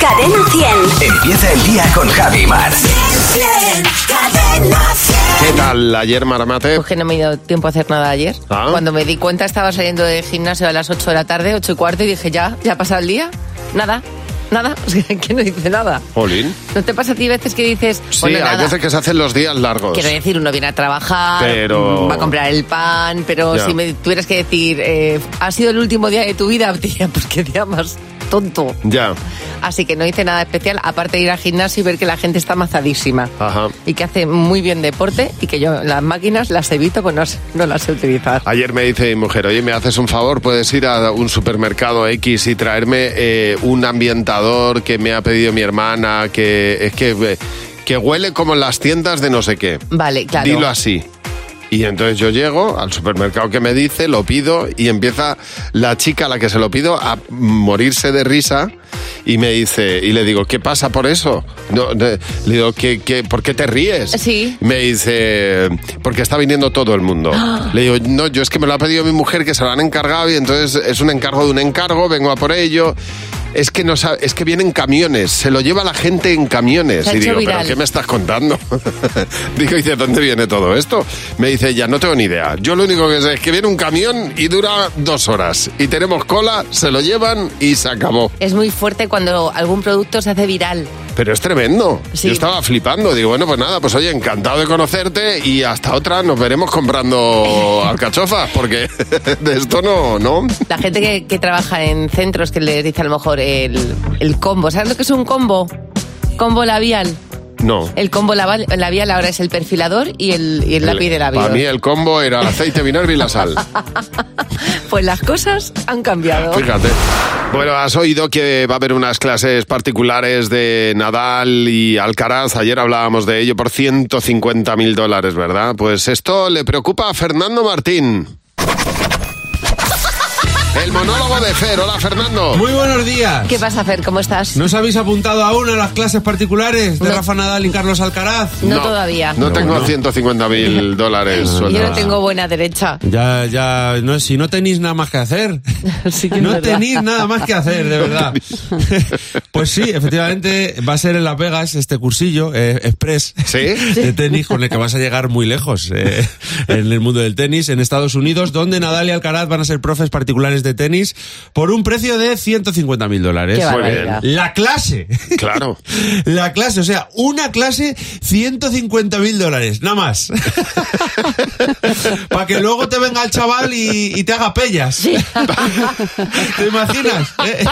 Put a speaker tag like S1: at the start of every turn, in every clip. S1: Cadena 100.
S2: Empieza el día con Javi Mar.
S1: Cadena 100.
S3: ¿Qué tal ayer, Maramate?
S4: Pues que no me dio tiempo a hacer nada ayer.
S3: Ah.
S4: Cuando me di cuenta estaba saliendo del gimnasio a las 8 de la tarde, 8 y cuarto, y dije, ya, ya ha pasado el día. Nada, nada. O sea, que no dice nada.
S3: Jolín.
S4: ¿No te pasa a ti veces que dices,
S3: Sí,
S4: bueno,
S3: hay
S4: nada?
S3: veces que se hacen los días largos.
S4: Quiero decir, uno viene a trabajar,
S3: Pero-
S4: mm, va a comprar el pan, pero
S3: Ya.
S4: si me tuvieras que decir, eh, ha sido el último día de tu vida, tía, pues qué día más tonto.
S3: Ya.
S4: Así que no hice nada especial, aparte de ir al gimnasio y ver que la gente está mazadísima.
S3: Ajá.
S4: Y que hace muy bien deporte y que yo las máquinas las evito, pues no, las- no las sé utilizar.
S3: Ayer me dice mi mujer, oye, ¿me haces un favor? ¿Puedes ir a un supermercado X y traerme eh, un ambientador que me ha pedido mi hermana? Que es que, eh, que huele como las tiendas de no sé qué.
S4: Vale, claro.
S3: Dilo así. Y entonces yo llego al supermercado que me dice, lo pido y empieza la chica a la que se lo pido a morirse de risa y me dice, y le digo, ¿qué pasa por eso? No, no, le digo, ¿Qué, qué, por qué te ríes?
S4: Sí.
S3: Me dice, porque está viniendo todo el mundo. Le digo, no, yo es que me lo ha pedido mi mujer, que se lo han encargado y entonces es un encargo de un encargo, vengo a por ello. Es que, no, sabe- es que vienen camiones, se lo lleva la gente en camiones.
S4: Se ha
S3: y
S4: hecho
S3: digo,
S4: viral.
S3: ¿pero qué me estás contando? Digo, ¿y de dónde viene todo esto? Me dice ya no tengo ni idea. Yo lo único que sé es que viene un camión y dura dos horas. Y tenemos cola, se lo llevan y se acabó.
S4: Es muy fuerte cuando algún producto se hace viral.
S3: Pero es tremendo.
S4: Sí.
S3: Yo estaba flipando. Digo, bueno, pues nada, pues oye, encantado de conocerte y hasta otra nos veremos comprando alcachofas, porque de esto no, ¿no?
S4: La gente que, que trabaja en centros que les dice a lo mejor el, el combo. ¿Sabes lo que es un combo? Combo labial.
S3: No.
S4: El combo laval- labial ahora es el perfilador y el, y el lápiz de labio.
S3: Para mí el combo era el aceite, vinagre y la sal.
S4: Pues las cosas han cambiado.
S3: Fíjate. Bueno, has oído que va a haber unas clases particulares de Nadal y Alcaraz. Ayer hablábamos de ello por 150 mil dólares, ¿verdad? Pues esto le preocupa a Fernando Martín. El monólogo de Fer. Hola, Fernando.
S5: Muy buenos días.
S4: ¿Qué vas a hacer? ¿Cómo estás?
S5: ¿No os habéis apuntado aún a las clases particulares de
S4: No.
S5: Rafa Nadal y Carlos Alcaraz?
S4: No todavía.
S3: No tengo 150 mil dólares.
S4: Yo
S3: sueltos.
S4: no tengo buena derecha.
S5: Ya, Eh, ya, no, si no tenéis nada más que hacer.
S4: Sí que es
S5: no
S4: verdad.
S5: tenéis nada más que hacer, de verdad. pues sí, efectivamente, va a ser en Las Vegas este cursillo eh, express
S3: ¿Sí?
S5: de tenis con el que vas a llegar muy lejos eh, en el mundo del tenis, en Estados Unidos, donde Nadal y Alcaraz van a ser profes particulares de tenis por un precio de 150 mil dólares.
S4: Qué
S3: Muy bien.
S4: barbaridad.
S5: La clase.
S3: Claro.
S5: La clase, o sea, una clase, 150 mil dólares, nada más. Para que luego te venga el chaval y, y te haga pellas. ¿Te imaginas? ¿Eh?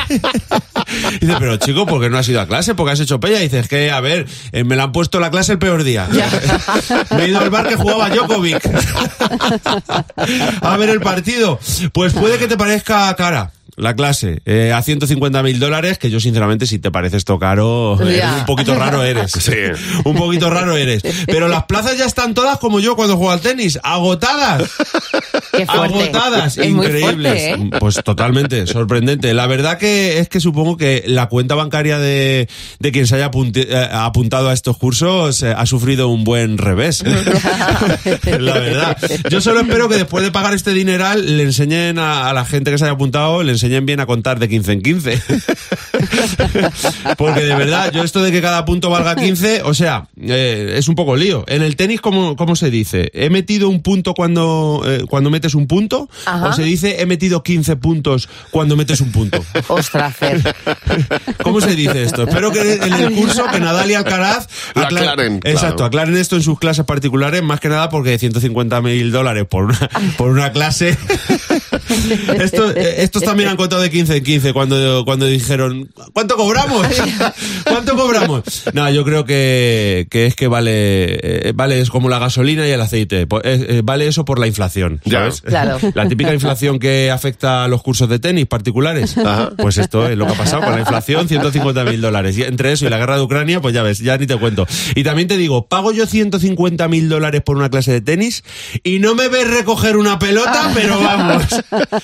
S5: Dice, pero chico, ¿por qué no has ido a clase? ¿Por qué has hecho pellas? Dices que, a ver, eh, me la han puesto la clase el peor día. Me he ido al bar que jugaba Djokovic. A ver el partido. Pues puede que te parezca cara. La clase, eh, a 150 mil dólares, que yo sinceramente si te parece esto caro,
S4: Ya.
S5: eres un poquito raro eres.
S3: Sí.
S5: Un poquito raro eres. Pero las plazas ya están todas como yo cuando juego al tenis, agotadas.
S4: Qué fuerte.
S5: Agotadas,
S4: Es muy
S5: increíbles.
S4: fuerte, ¿eh?
S5: Pues totalmente, sorprendente. La verdad que es que supongo que la cuenta bancaria de, de quien se haya apunte- eh, apuntado a estos cursos eh, ha sufrido un buen revés. la verdad. Yo solo espero que después de pagar este dineral le enseñen a, a la gente que se haya apuntado, le enseñen bien a contar de 15 en 15. Porque de verdad, yo esto de que cada punto valga 15, o sea, eh, es un poco lío. En el tenis, ¿cómo, cómo se dice? ¿He metido un punto cuando, eh, cuando metes un punto?
S4: Ajá.
S5: ¿O se dice he metido 15 puntos cuando metes un punto?
S4: Ostras, Fer.
S5: ¿Cómo se dice esto? Espero que en el curso que Nadal y Alcaraz
S3: Lo
S5: aclar-
S3: aclaren, claro.
S5: Exacto, aclaren esto en sus clases particulares, más que nada porque 150 mil dólares por una, por una clase. Esto- eh, estos también han contado de 15 en 15 cuando, cuando dijeron, ¿cuánto cobramos? ¿Cuánto cobramos? No, yo creo que, que es que vale, eh, vale es como la gasolina y el aceite. po- eh, eh, Vale eso por la inflación.
S3: Ya.
S5: ¿sabes?
S4: Claro.
S5: La típica inflación que afecta a los cursos de tenis particulares. Pues esto es lo que ha pasado con la inflación, 150 mil dólares. Y entre eso y la guerra de Ucrania, pues ya ves, ya ni te cuento. Y también te digo, pago yo 150 mil dólares por una clase de tenis y no me ves recoger una pelota, pero vamos.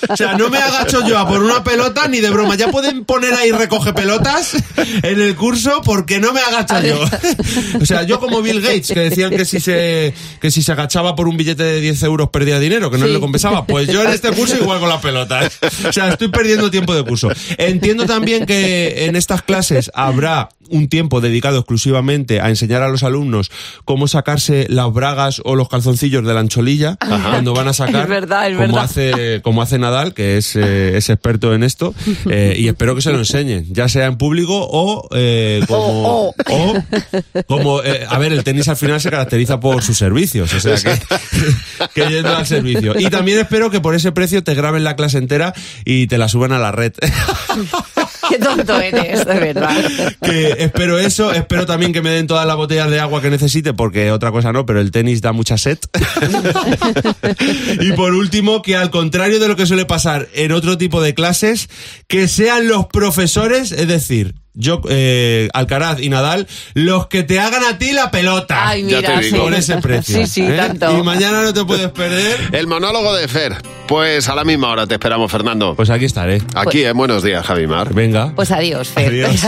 S5: O sea, no me agacho yo a por una pelota ni de broma. Ya pueden poner ahí recoge pelotas. en el curso porque no me agacho yo. O sea, yo como Bill Gates, que decían que si se, que si se agachaba por un billete de 10 euros perdía dinero, que no
S4: Sí.
S5: le compensaba. Pues yo en este curso igual con ¿eh? las pelotas. O sea, estoy perdiendo tiempo de curso. Entiendo también que en estas clases habrá un tiempo dedicado exclusivamente a enseñar a los alumnos cómo sacarse las bragas o los calzoncillos de la ancholilla cuando van a sacar.
S4: Es verdad, es
S5: como
S4: verdad.
S5: Hace, como hace Nadal, que es, eh, es experto en esto, eh, y espero que se lo enseñen, ya sea en público o eh, como...
S4: O,
S5: o como eh, a ver, el tenis al final se caracteriza por sus servicios, o sea que, que yendo al servicio. Y también espero que por ese precio te graben la clase entera y te la suban a la red.
S4: Qué tonto eres, de verdad.
S5: que espero eso, espero también que me den todas las botellas de agua que necesite, porque otra cosa no, pero el tenis da mucha sed. y por último, que al contrario de lo que suele pasar en otro tipo de clases, que sean los profesores, es decir, yo, eh, Alcaraz y Nadal, los que te hagan a ti la pelota.
S4: Ay,
S3: Ya
S4: mira,
S3: te digo.
S4: sí.
S5: Con ese precio.
S4: Sí, sí,
S5: ¿eh?
S4: tanto.
S5: Y mañana no te puedes perder.
S3: El monólogo de Fer. Pues a la misma hora te esperamos, Fernando.
S5: Pues aquí estaré.
S3: Aquí, en Buenos Días, Javimar.
S5: Venga.
S4: Pues adiós, Fer.
S5: Adiós.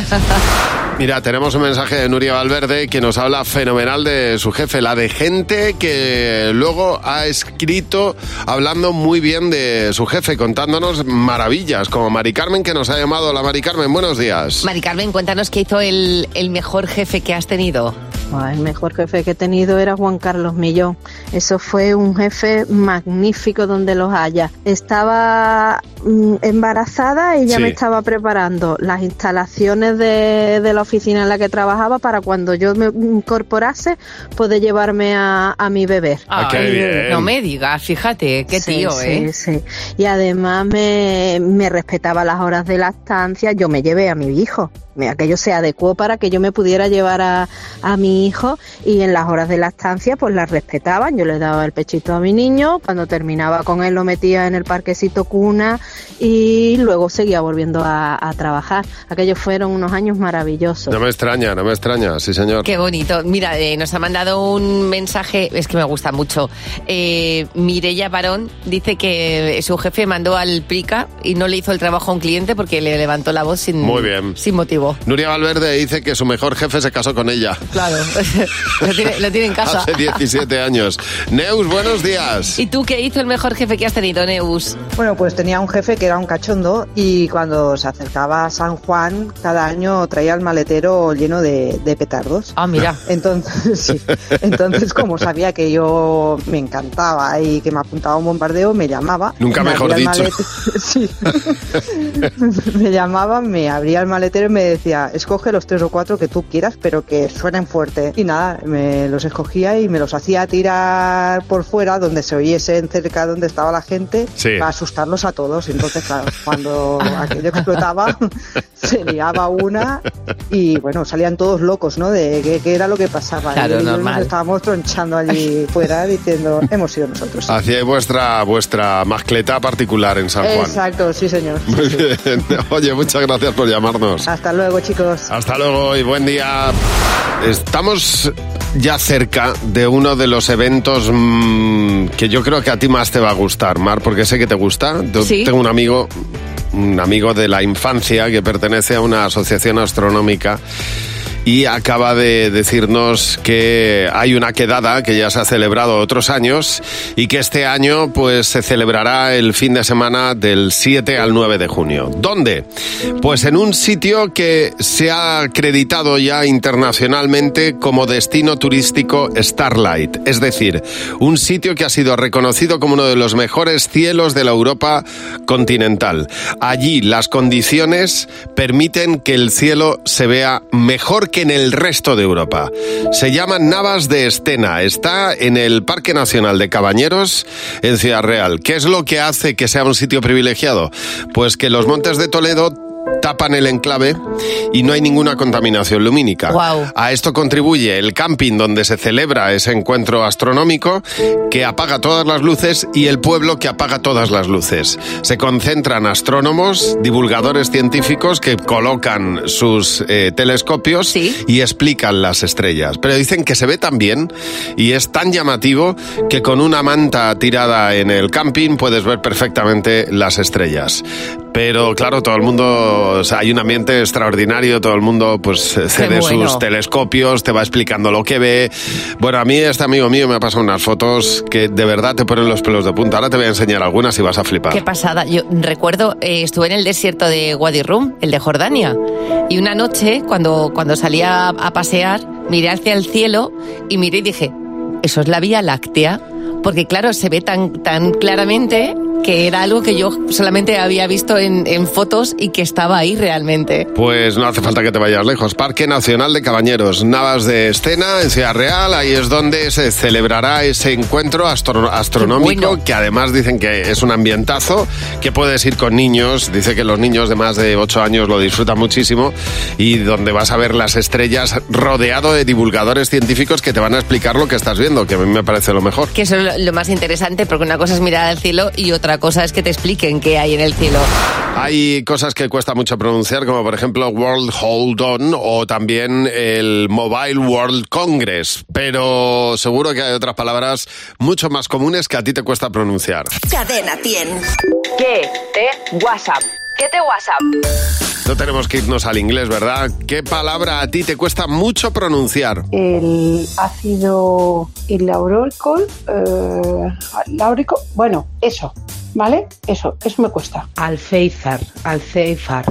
S3: Mira, tenemos un mensaje de Nuria Valverde que nos habla fenomenal de su jefe, la de gente que luego ha escrito hablando muy bien de su jefe, contándonos maravillas, como Mari Carmen que nos ha llamado. La Mari Carmen, buenos días.
S4: Mari Carmen, cuéntanos qué hizo el, el mejor jefe que has tenido.
S1: Buah, El mejor jefe que he tenido era Juan Carlos Millón. Eso fue un jefe magnífico donde los haya. Estaba mm, embarazada y ya
S3: Sí.
S1: me estaba preparando las instalaciones de, de la oficina en la que trabajaba para cuando yo me incorporase poder llevarme a, a mi bebé.
S3: Ah, qué bien.
S4: no me digas, fíjate, qué
S1: Sí,
S4: tío,
S1: sí,
S4: ¿eh?
S1: sí. Y además me, me respetaba las horas de lactancia. Yo me llevé a mi hijo. Me- Aquello se adecuó para que yo me pudiera llevar a, a mi hijo y en las horas de lactancia pues las respetaban. Yo le daba el pechito a mi niño. Cuando terminaba con él lo metía en el parquecito cuna y luego seguía volviendo a, a trabajar. Aquellos fueron unos años maravillosos.
S3: No me extraña, no me extraña, sí señor.
S4: Qué bonito. Mira, eh, nos ha mandado un mensaje, es que me gusta mucho. Eh, Mirella Barón dice que su jefe mandó al Prica y no le hizo el trabajo a un cliente porque le levantó la voz sin,
S3: Muy bien.
S4: sin motivo.
S3: Nuria Valverde dice que su mejor jefe se casó con ella
S4: Claro, lo, tiene, lo tiene en casa.
S3: hace 17 años. Neus, buenos días.
S4: ¿Y tú qué hizo el mejor jefe que has tenido, Neus?
S6: Bueno, pues tenía un jefe que era un cachondo y cuando se acercaba a San Juan, cada año traía el maletero lleno de, de petardos.
S4: Ah, mira.
S6: Entonces, sí. entonces como sabía que yo me encantaba y que me apuntaba a un bombardeo, me llamaba.
S3: Nunca
S6: me
S3: mejor
S6: abría el
S3: dicho.
S6: malete- sí. me llamaba, me abría el maletero y me decía, escoge los tres o cuatro que tú quieras, pero que suenen fuerte. Y nada, me los escogía y me los hacía tirar por fuera, donde se oyesen cerca donde estaba la gente,
S3: Sí.
S6: para asustarlos a todos. Entonces, claro, cuando aquello explotaba, se liaba una y bueno, salían todos locos, ¿no? De qué, qué era lo que pasaba. y
S4: Claro,
S6: ellos
S4: normal.
S6: nos estábamos tronchando allí fuera diciendo, hemos sido nosotros.
S3: Hacía vuestra, vuestra mascleta particular en Ah, San Juan.
S6: Exacto, sí, señor.
S3: Muy bien. Oye, muchas gracias por llamarnos.
S6: Hasta luego, chicos.
S3: Hasta luego y buen día. Estamos ya cerca de uno de los eventos mm, que yo creo que a ti más te va a gustar, Mar, porque sé que te gusta. Yo
S4: Sí.
S3: Tengo un amigo, un amigo de la infancia que pertenece a una asociación astronómica y acaba de decirnos que hay una quedada que ya se ha celebrado otros años y que este año pues se celebrará el fin de semana del 7 al 9 de junio. ¿Dónde? Pues en un sitio que se ha acreditado ya internacionalmente como destino turístico Starlight, es decir, un sitio que ha sido reconocido como uno de los mejores cielos de la Europa continental. Allí las condiciones permiten que el cielo se vea mejor que en el resto de Europa. Se llama Navas de Estena, está en el Parque Nacional de Cabañeros en Ciudad Real. ¿Qué es lo que hace que sea un sitio privilegiado? Pues que los Montes de Toledo tapan el enclave y no hay ninguna contaminación lumínica.
S4: Guau.
S3: A esto contribuye el camping donde se celebra ese encuentro astronómico que apaga todas las luces y el pueblo que apaga todas las luces. Se concentran astrónomos, divulgadores científicos que colocan sus eh, telescopios
S4: Sí.
S3: y explican las estrellas. Pero dicen que se ve tan bien y es tan llamativo que con una manta tirada en el camping puedes ver perfectamente las estrellas. Pero claro, todo el mundo, o sea, hay un ambiente extraordinario, todo el mundo pues cede
S7: bueno.
S3: sus telescopios, te va explicando lo que ve. Bueno, a mí este amigo mío me ha pasado unas fotos que de verdad te ponen los pelos de punta. Ahora te voy a enseñar algunas y vas a flipar.
S4: Qué pasada. Yo recuerdo, eh, estuve en el desierto de Wadi Rum, el de Jordania, y una noche, cuando, cuando salía a, a pasear, miré hacia el cielo y miré y dije, eso es la Vía Láctea, porque claro, se ve tan, tan claramente que era algo que yo solamente había visto en, en fotos y que estaba ahí realmente.
S3: Pues no hace falta que te vayas lejos. Parque Nacional de Cabañeros, Navas de Estena, en Ciudad Real. Ahí es donde se celebrará ese encuentro astro- astronómico, que además dicen que es un ambientazo, que puedes ir con niños. Dice que los niños de más de 8 años lo disfrutan muchísimo. Y donde vas a ver las estrellas rodeado de divulgadores científicos que te van a explicar lo que estás viendo, que a mí me parece lo mejor.
S4: Que eso es lo, lo más interesante, porque una cosa es mirar al cielo y otra cosa es que te expliquen qué hay en el cielo.
S3: Hay cosas que cuesta mucho pronunciar, como por ejemplo World Hold On o también el Mobile World Congress, pero seguro que hay otras palabras mucho más comunes que a ti te cuesta pronunciar.
S8: Cadena 100. ¿Qué te WhatsApp? ¿Qué te WhatsApp?
S3: No tenemos que irnos al inglés, ¿verdad? ¿Qué palabra a ti te cuesta mucho pronunciar?
S9: el ácido el laurólico, eh, laurico, bueno, eso, ¿vale? Eso, eso me cuesta.
S10: Alféizar, alféizar.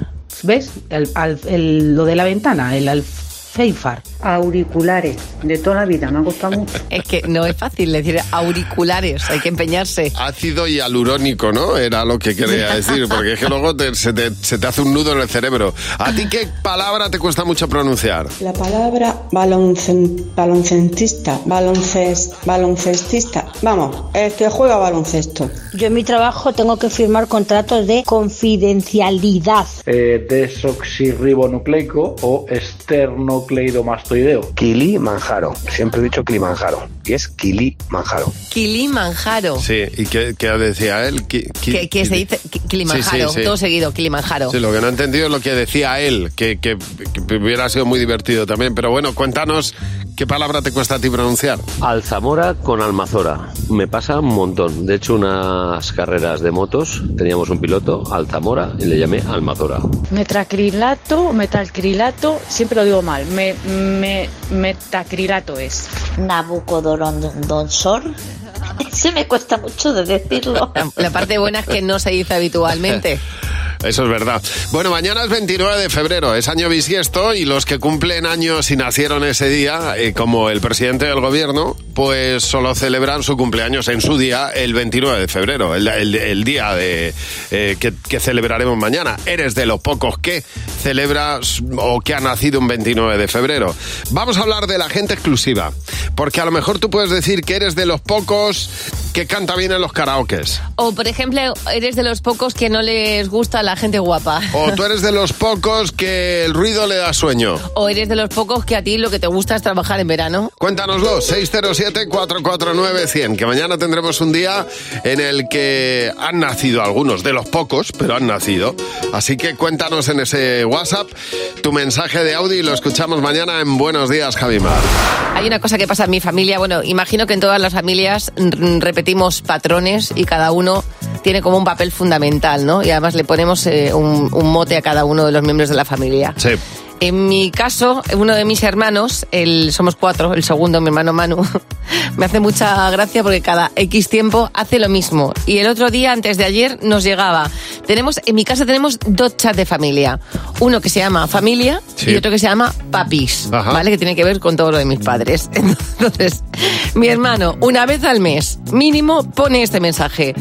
S10: ¿Ves? El- al- el- lo de la ventana, el alféizar. Auriculares, de toda la vida, me ha costado mucho.
S4: Es que no es fácil decir auriculares, hay que empeñarse.
S3: Ácido y alurónico, ¿no? Era lo que quería decir, porque es que luego te- se, te, se te hace un nudo en el cerebro. ¿A ti qué palabra te cuesta mucho pronunciar?
S11: La palabra baloncen- baloncentista, balonces- baloncestista, vamos, el que juega baloncesto.
S12: Yo en mi trabajo tengo que firmar contratos de confidencialidad.
S13: eh, desoxirribonucleico o esternocleidomastoideo.
S2: Kili Manjaro. Siempre he dicho Kilimanjaro. Y es Kili Manjaro.
S4: Kilimanjaro.
S3: Sí, ¿y qué, qué decía él? Qui- qui-
S4: que, que se dice Ki- Kilimanjaro,
S3: Sí, sí, sí.
S4: todo seguido, Kilimanjaro.
S3: Sí, lo que no he entendido es lo que decía él, que, que- que hubiera sido muy divertido también. Pero bueno, cuéntanos qué palabra te cuesta a ti pronunciar.
S14: Alzamora con Almazora. Me pasa un montón. De hecho, unas carreras de motos, teníamos un piloto, Alzamora, y le llamé Almazora.
S15: Metacrilato, metalcrilato, siempre lo digo mal. Me, me, metacrilato es.
S12: Nabucodonosor. Se me cuesta mucho de decirlo.
S4: La parte buena es que no se dice habitualmente.
S3: Eso es verdad. Bueno, mañana es 29 de febrero, es año bisiesto y los que cumplen años y nacieron ese día, eh, como el presidente del gobierno, pues solo celebran su cumpleaños en su día el 29 de febrero, el, el- el día de, eh, que, que celebraremos mañana. Eres de los pocos que celebra s- o que ha nacido un 29 de febrero. Vamos a hablar de la gente exclusiva, porque a lo mejor tú puedes decir que eres de los pocos que canta bien en los karaokes.
S4: O, por ejemplo, eres de los pocos que no les gusta la gente guapa.
S3: O tú eres de los pocos que el ruido le da sueño.
S4: O eres de los pocos que a ti lo que te gusta es trabajar en verano.
S3: Cuéntanoslo, 607-449-100, que mañana tendremos un día en el que han nacido algunos, de los pocos, pero han nacido. Así que cuéntanos en ese WhatsApp tu mensaje de audio y lo escuchamos mañana en Buenos Días, Javimar.
S4: Hay una cosa que pasa en mi familia. Bueno, imagino que en todas las familias mm, repetimos patrones y cada uno tiene como un papel fundamental, ¿no? Y además le ponemos eh, un, un mote a cada uno de los miembros de la familia.
S3: Sí.
S4: En mi caso, uno de mis hermanos, el, somos cuatro, el segundo, mi hermano Manu, me hace mucha gracia porque cada X tiempo hace lo mismo. Y el otro día, antes de ayer, nos llegaba. Tenemos, en mi casa tenemos dos chats de familia. Uno que se llama familia y
S16: Sí.
S4: otro que se llama papis,
S16: Ajá.
S4: ¿vale? Que tiene que ver con todo lo de mis padres. Entonces, mi hermano, una vez al mes, mínimo, pone este mensaje.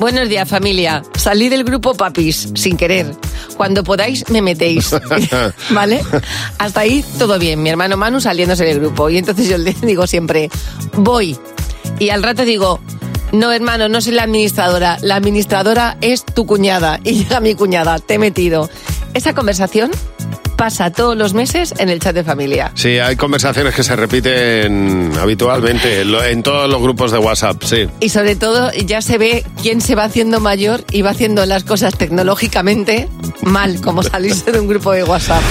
S4: Buenos días, familia. Salí del grupo papis, sin querer. Cuando podáis, me metéis. ¿Vale? Hasta ahí todo bien. Mi hermano Manu saliéndose del grupo. Y entonces yo le digo siempre, voy. Y al rato digo, no, hermano, no soy la administradora. La administradora es tu cuñada. Y llega mi cuñada, te he metido. Esa conversación pasa todos los meses en el chat de familia.
S3: Sí, hay conversaciones que se repiten habitualmente en lo- en todos los grupos de WhatsApp, sí.
S4: Y sobre todo ya se ve quién se va haciendo mayor y va haciendo las cosas tecnológicamente mal, como salirse de un grupo de WhatsApp.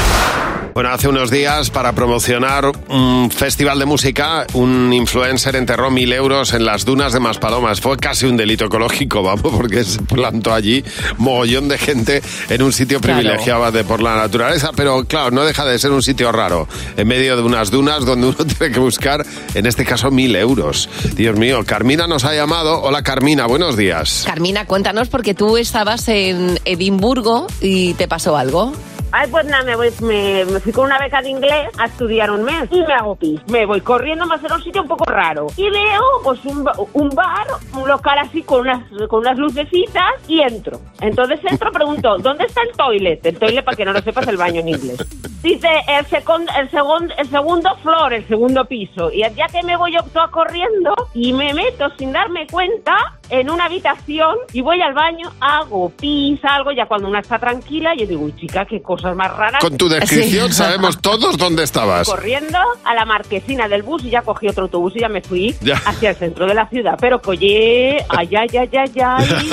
S3: Bueno, hace unos días, para promocionar un festival de música, un influencer enterró mil euros en las dunas de Maspalomas. Fue casi un delito ecológico, vamos, porque se plantó allí mogollón de gente en un sitio
S5: Claro.
S3: privilegiado de por la naturaleza, pero claro, no deja de ser un sitio raro, en medio de unas dunas donde uno tiene que buscar, en este caso, mil euros. Dios mío, Carmina nos ha llamado. Hola, Carmina, buenos días.
S4: Carmina, cuéntanos porque tú estabas en Edimburgo y te pasó algo.
S7: Ay, pues nada, me, voy, me, me fui con una beca de inglés a estudiar un mes y me hago pis. Me voy corriendo más a un sitio un poco raro y veo pues un, ba- un bar, un local así con unas, con unas lucecitas y entro. Entonces entro, pregunto, ¿dónde está el toilet? El toilet, para que no lo sepas, el baño en inglés. Dice, el, second- el, segun- el segundo floor, el segundo piso. Y ya que me voy yo toda corriendo y me meto sin darme cuenta en una habitación y voy al baño, hago pis, algo, ya cuando una está tranquila, yo digo, uy chica, qué cosas más raras.
S3: Con tu descripción
S7: Sí.
S3: sabemos todos dónde estabas.
S7: Corriendo a la marquesina del bus y ya cogí otro autobús y ya me fui
S3: Ya.
S7: hacia el centro de la ciudad. Pero oye, ay, ay, ay, ay, ay.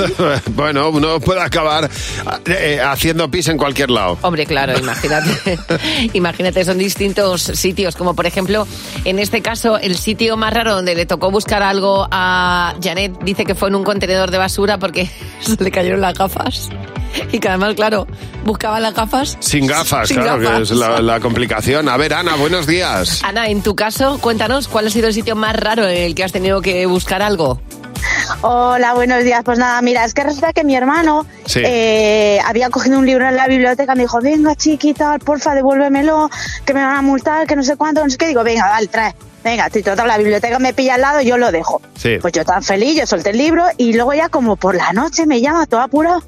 S3: bueno, uno puede acabar eh, haciendo pis en cualquier lado.
S4: Hombre, claro, imagínate. imagínate, son distintos sitios, como por ejemplo, en este caso, el sitio más raro donde le tocó buscar algo a Janet dice que fue en un contenedor de basura porque se le cayeron las gafas. Y que además, claro, buscaba las gafas.
S3: Sin gafas,
S4: Sin
S3: claro, que
S4: gafas.
S3: es la, la complicación. A ver, Ana, buenos días.
S4: Ana, en tu caso, cuéntanos cuál ha sido el sitio más raro en el que has tenido que buscar algo.
S16: Hola, buenos días. Pues nada, mira, es que resulta que mi hermano
S4: Sí.
S16: eh, había cogido un libro en la biblioteca, me dijo, venga chiquita, porfa, devuélvemelo, que me van a multar, que no sé cuánto, no sé qué. Digo, venga, vale, trae. Venga, estoy total, la biblioteca me pilla al lado, yo lo dejo.
S3: Sí.
S16: Pues yo tan feliz, yo solté el libro y luego ya como por la noche me llama todo apurado.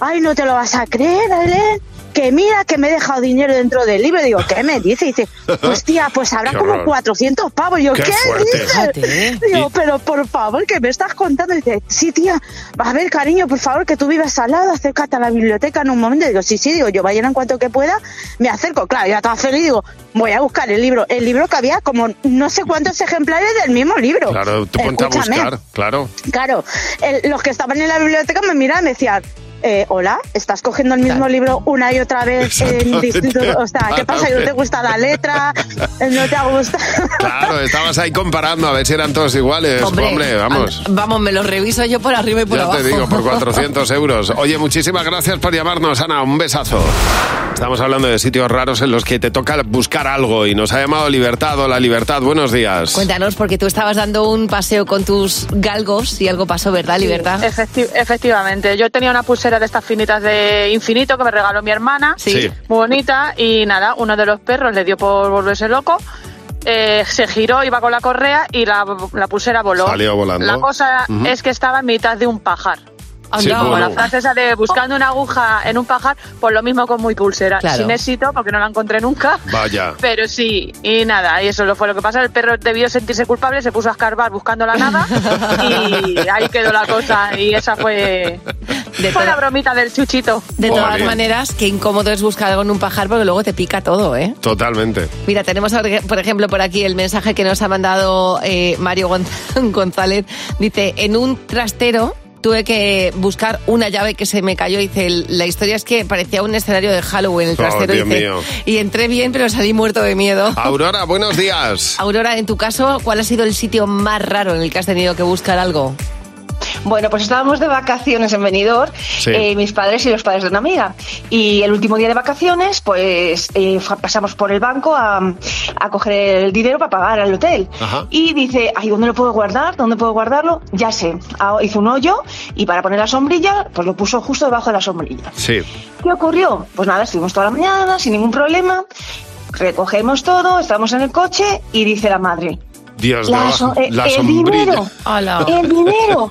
S16: Ay, no te lo vas a creer, Belén, que mira que me he dejado dinero dentro del libro. Digo, ¿qué me dice? Y dice, hostia, pues habrá
S3: Qué
S16: como
S3: horror.
S16: 400 pavos. Yo,
S3: Qué
S16: ¿qué,
S3: fuerte.
S9: ¿eh?
S16: dices? Digo, pero por favor, que me estás contando. Y dice, sí, tía, a ver, cariño, por favor, que tú vives al lado, acércate a la biblioteca en un momento. Digo, sí, sí, digo, yo mañana en cuanto que pueda, me acerco. Claro, ya estaba feliz, digo, voy a buscar el libro. El libro que había como no sé cuántos ejemplares del mismo libro.
S3: Claro, tú ponte a
S16: Escúchame.
S3: buscar, claro.
S16: Claro, el- los que estaban en la biblioteca me miraban y me decían, eh, hola, estás cogiendo el mismo libro una y otra vez en
S3: Exactamente.
S16: distintos... O sea, ¿qué pasa? ¿No te gusta la letra? ¿No te ha gustado?
S3: Claro, estabas ahí comparando a ver si eran todos iguales. Eh, Hombre, vamos.
S4: an- vamos, me lo reviso yo por arriba y por
S3: Ya
S4: abajo.
S3: te digo, por 400 euros. Oye, muchísimas gracias por llamarnos, Ana. Un besazo. Estamos hablando de sitios raros en los que te toca buscar algo y nos ha llamado Libertad. Hola, Libertad, buenos días.
S4: Cuéntanos, porque tú estabas dando un paseo con tus galgos y algo pasó, ¿verdad, Libertad?
S14: Efecti- efectivamente, yo tenía una pulsera de estas finitas de infinito que me regaló mi hermana,
S4: Sí.
S14: muy bonita, y nada, uno de los perros le dio por volverse loco, eh, se giró, iba con la correa y la, la pulsera voló.
S3: Salió volando.
S14: La cosa
S3: Ujú.
S14: es que estaba en mitad de un pajar.
S3: Sí,
S14: Como
S3: bueno.
S14: la frase esa de buscando una aguja en un pajar, por lo mismo con mi pulsera.
S3: Claro.
S14: Sin éxito, porque no la encontré nunca.
S3: Vaya.
S14: Pero sí, y nada, y eso lo fue lo que pasa. El perro debió sentirse culpable, se puso a escarbar buscando la nada y ahí quedó la cosa. Y esa fue, fue la bromita del chuchito.
S4: De todas
S3: Joder.
S4: maneras, qué incómodo es buscar algo en un pajar porque luego te pica todo, ¿eh?
S3: Totalmente.
S4: Mira, tenemos, orgue- por ejemplo, por aquí el mensaje que nos ha mandado eh, Mario Gonz- González. Dice, en un trastero tuve que buscar una llave que se me cayó. Dice, "El- la historia es que parecía un escenario de Halloween el
S3: Oh,
S4: trastero.
S3: Dios
S4: dice,
S3: mío.
S4: Y entré bien, pero salí muerto de miedo.
S3: Aurora, buenos días.
S4: Aurora, en tu caso, ¿cuál ha sido el sitio más raro en el que has tenido que buscar algo?
S17: Bueno, pues estábamos de vacaciones en Benidorm,
S3: Sí.
S17: eh, mis padres y los padres de una amiga. Y el último día de vacaciones, pues eh, fa- pasamos por el banco a, a coger el dinero para pagar al hotel.
S18: Ajá.
S17: Y dice, ay, ¿dónde lo puedo guardar? ¿Dónde puedo guardarlo? Ya sé. Ah, hizo un hoyo y para poner la sombrilla, pues lo puso justo debajo de la sombrilla.
S3: Sí.
S17: ¿Qué ocurrió? Pues nada, estuvimos toda la mañana sin ningún problema. Recogemos todo, estamos en el coche y dice la madre,
S3: Dios,
S17: la,
S3: debajo-
S17: so- eh,
S3: la
S17: el
S3: sombrilla.
S17: dinero. El dinero.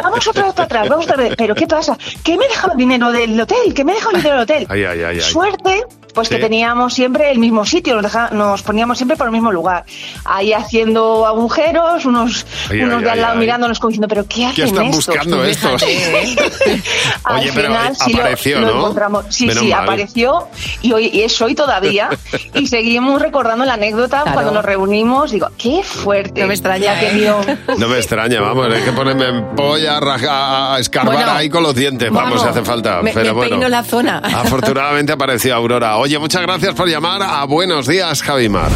S17: Vamos otra vez para atrás, vamos otra vez. Pero ¿qué pasa? Que me he dejado el dinero del hotel, que me he dejado el dinero del hotel.
S3: Ay, ay, ay, ay.
S17: Suerte, pues
S3: Sí.
S17: que teníamos siempre el mismo sitio, nos, deja- nos poníamos siempre por el mismo lugar. Ahí haciendo agujeros, unos,
S3: Ay,
S17: unos
S3: ay,
S17: de
S3: ay,
S17: al lado
S3: ay.
S17: mirándonos como diciendo, pero ¿qué hacen
S3: están
S17: estos?
S3: buscando
S17: Pues
S3: estos?
S17: fíjate. Al
S3: Oye, pero,
S17: final
S3: eh,
S17: sí lo-
S3: apareció,
S17: lo
S3: ¿no?
S17: encontramos. Sí,
S3: Menos
S17: sí,
S3: mal.
S17: apareció y, hoy, y es hoy todavía. y seguimos recordando la anécdota
S4: Claro.
S17: cuando nos reunimos. Digo, qué fuerte.
S4: No me extraña,
S17: Ya
S4: ¿eh?
S17: que dio-
S3: No me extraña, vamos, hay que ponerme en polla, a raja- a, a escarbar
S4: Bueno,
S3: ahí con los dientes, vamos,
S4: vamos,
S3: pues si hace falta.
S4: me-
S3: pero
S4: me
S3: bueno, Ah,
S4: peino la zona.
S3: afortunadamente apareció Aurora. Oye, muchas gracias por llamar a Buenos Días, Javimar.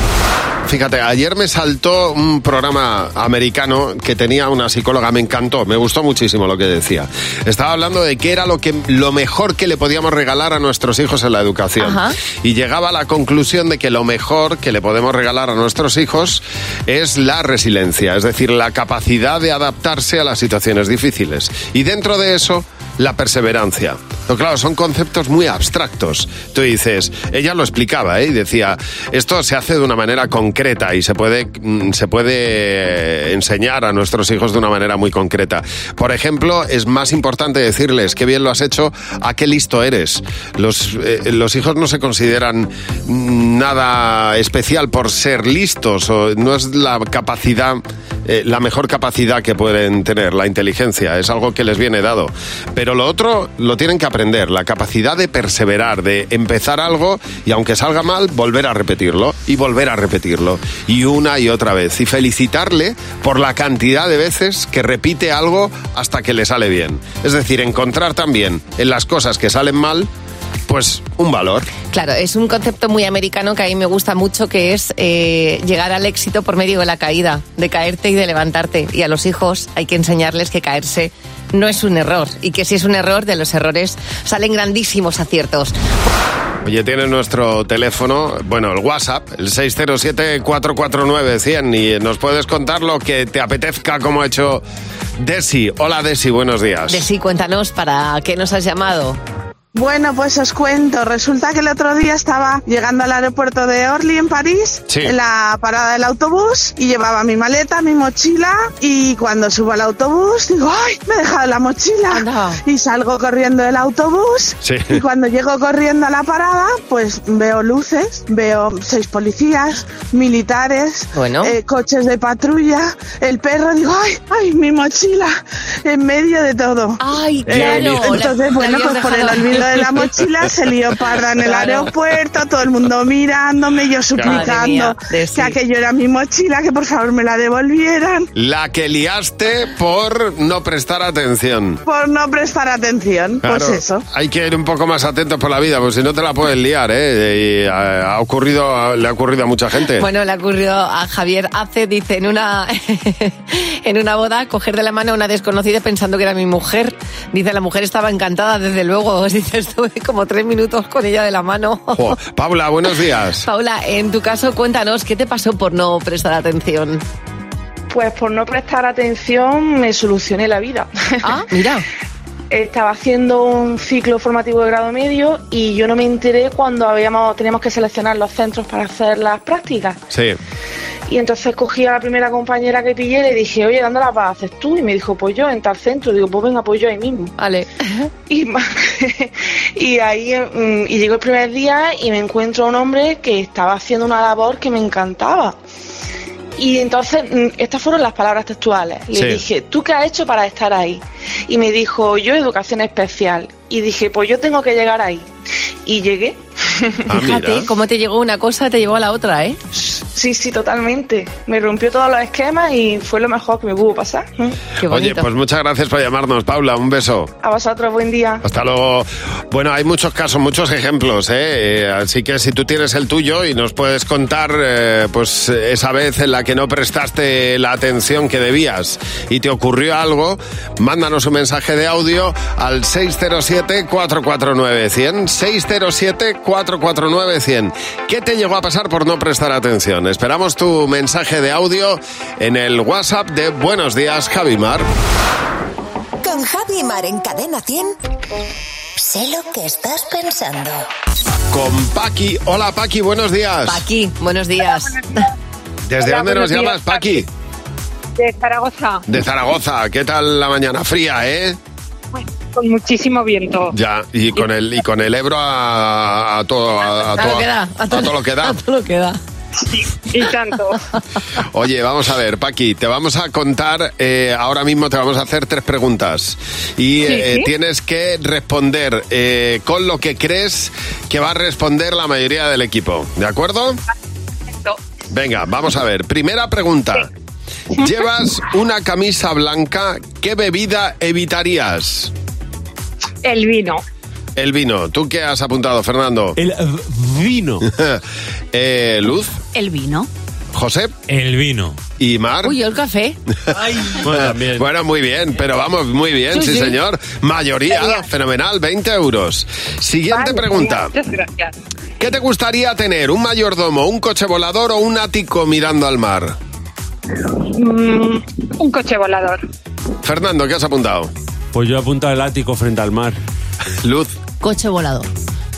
S3: Fíjate, ayer me saltó un programa americano que tenía una psicóloga, me encantó, me gustó muchísimo lo que decía. Estaba hablando de qué era lo, que, lo mejor que le podíamos regalar a nuestros hijos en la educación.
S19: Ajá.
S3: Y llegaba a la conclusión de que lo mejor que le podemos regalar a nuestros hijos es la resiliencia, es decir, la capacidad de adaptarse a las situaciones difíciles. Y dentro de eso, la perseverancia. Pero claro, son conceptos muy abstractos. Tú dices, ella lo explicaba ¿eh? y decía, esto se hace de una manera concreta y se puede, mm, se puede enseñar a nuestros hijos de una manera muy concreta. Por ejemplo, es más importante decirles qué bien lo has hecho, a qué listo eres. Los, eh, los hijos no se consideran mm, nada especial por ser listos o no es la capacidad, eh, la mejor capacidad que pueden tener, la inteligencia. Es algo que les viene dado. Pero lo otro lo tienen que aprender, la capacidad de perseverar, de empezar algo y aunque salga mal, volver a repetirlo y volver a repetirlo y una y otra vez. Y felicitarle por la cantidad de veces que repite algo hasta que le sale bien. Es decir, encontrar también en las cosas que salen mal, pues un valor.
S4: Claro, es un concepto muy americano que a mí me gusta mucho, que es eh, llegar al éxito por medio de la caída, de caerte y de levantarte. Y a los hijos hay que enseñarles que caerse no es un error y que si es un error, de los errores salen grandísimos aciertos.
S3: Oye, tiene nuestro teléfono, bueno, el WhatsApp, el 607-449-100 y nos puedes contar lo que te apetezca como ha hecho Desi. Hola Desi, buenos días.
S4: De sí, cuéntanos para qué nos has llamado.
S16: Bueno, pues os cuento. Resulta que el otro día estaba llegando al aeropuerto de Orly en París,
S3: Sí.
S16: en la parada del autobús, y llevaba mi maleta, mi mochila, y cuando subo al autobús digo, ¡ay! Me he dejado la mochila. Y salgo corriendo del autobús,
S19: Sí.
S16: y cuando llego corriendo a la parada, pues veo luces, veo seis policías, militares,
S4: Bueno.
S16: eh, coches de patrulla, el perro, digo, ¡ay! ¡ay! Mi mochila, en medio de todo.
S4: ¡Ay,
S19: claro, la-
S16: Eh, Entonces,
S19: la
S16: bueno,
S19: habías
S16: pues por el
S19: dejado.
S16: olvido de la mochila se lió parda en el
S19: Claro.
S16: aeropuerto, todo el mundo mirándome, yo
S3: Madre
S16: suplicando
S3: mía,
S16: que aquello era mi mochila, que por favor me la devolvieran
S3: La que liaste por no prestar atención.
S16: por no prestar atención. Pues
S3: Claro,
S16: eso.
S3: Hay que ir un poco más atentos por la vida, porque si no te la puedes liar, ¿eh? Y ha, ha ocurrido, le ha ocurrido a mucha gente.
S4: Bueno, le ocurrió a Javier Ace, dice, en una, en una boda, coger de la mano a una desconocida pensando que era mi mujer. Dice, la mujer estaba encantada, desde luego. Dice, estuve como tres minutos con ella de la mano.
S3: Jo, Paula, buenos días.
S4: Paula, en tu caso, cuéntanos, ¿qué te pasó por no prestar atención?
S20: Pues por no prestar atención me solucioné la vida.
S4: Ah, mira.
S20: Estaba haciendo un ciclo formativo de grado medio y yo no me enteré cuando habíamos, teníamos que seleccionar los centros para hacer las prácticas.
S3: Sí.
S20: Y entonces cogí a la primera compañera que pillé y le dije, oye, ¿dónde las vas a hacer tú? Y me dijo, pues yo, en tal centro. Digo, pues venga, pues yo ahí mismo.
S4: Vale.
S20: Y, ma- y ahí mm, y llegó el primer día y me encuentro a un hombre que estaba haciendo una labor que me encantaba. Y entonces, mm, estas fueron las palabras textuales. Le
S19: Sí.
S20: dije, ¿tú qué has hecho para estar ahí? Y me dijo, yo educación especial. Y dije, pues yo tengo que llegar ahí. Y llegué.
S4: Ah, mira. Fíjate cómo te llegó una cosa, te llevó a la otra, ¿eh?
S20: Sí, sí, totalmente. Me rompió todos los esquemas y fue lo mejor que me pudo pasar. ¿eh?
S3: Oye, pues muchas gracias por llamarnos, Paula. Un beso.
S20: A vosotros, buen día.
S3: Hasta luego. Bueno, hay muchos casos, muchos ejemplos, ¿eh? Eh, Así que si tú tienes el tuyo y nos puedes contar, eh, pues eh, esa vez en la que no prestaste la atención que debías y te ocurrió algo, mándanos un mensaje de audio al 607-449-100. 607-449-100. ¿Qué te llegó a pasar por no prestar atención? Esperamos tu mensaje de audio en el WhatsApp de Buenos Días, Javimar.
S21: Con Javi Mar en Cadena 100. Sé lo que estás pensando.
S3: Con Paqui. Hola, Paqui, buenos días.
S4: Paqui, buenos días.
S3: ¿Desde
S17: Hola,
S3: dónde nos
S17: buenos días,
S3: llamas, Paqui?
S17: de Zaragoza,
S3: De Zaragoza. ¿Qué tal la mañana fría, eh?
S17: con muchísimo viento.
S3: Ya, y con el, y con el Ebro a, a todo, a, a
S17: A lo
S3: todo,
S17: que da,
S3: a todo lo que da.
S4: todo lo que da.
S17: Y tanto.
S3: Oye, vamos a ver, Paqui, te vamos a contar, eh, ahora mismo te vamos a hacer tres preguntas y
S22: Sí,
S3: eh,
S22: sí.
S3: tienes que responder eh, con lo que crees que va a responder la mayoría del equipo, ¿de acuerdo? Venga, vamos a ver. Primera pregunta. Llevas una camisa blanca, ¿qué bebida evitarías?
S17: El vino.
S3: El vino. ¿Tú qué has apuntado, Fernando?
S5: El vino.
S3: eh, Luz,
S1: El vino.
S3: José.
S5: El vino.
S3: Y Mar.
S4: Uy, yo el café.
S3: Bueno, muy bien, pero vamos, muy bien, sí,
S4: Sí, sí.
S3: señor. Mayoría,
S4: Genial.
S3: fenomenal, 20 euros. Siguiente pregunta.
S17: Muchas gracias.
S3: ¿Qué te gustaría tener? ¿Un mayordomo, un coche volador o un ático mirando al mar?
S17: Mm, un coche volador.
S3: Fernando, ¿qué has apuntado?
S5: Pues yo he apuntado el ático frente al mar.
S3: Luz.
S4: Coche volador.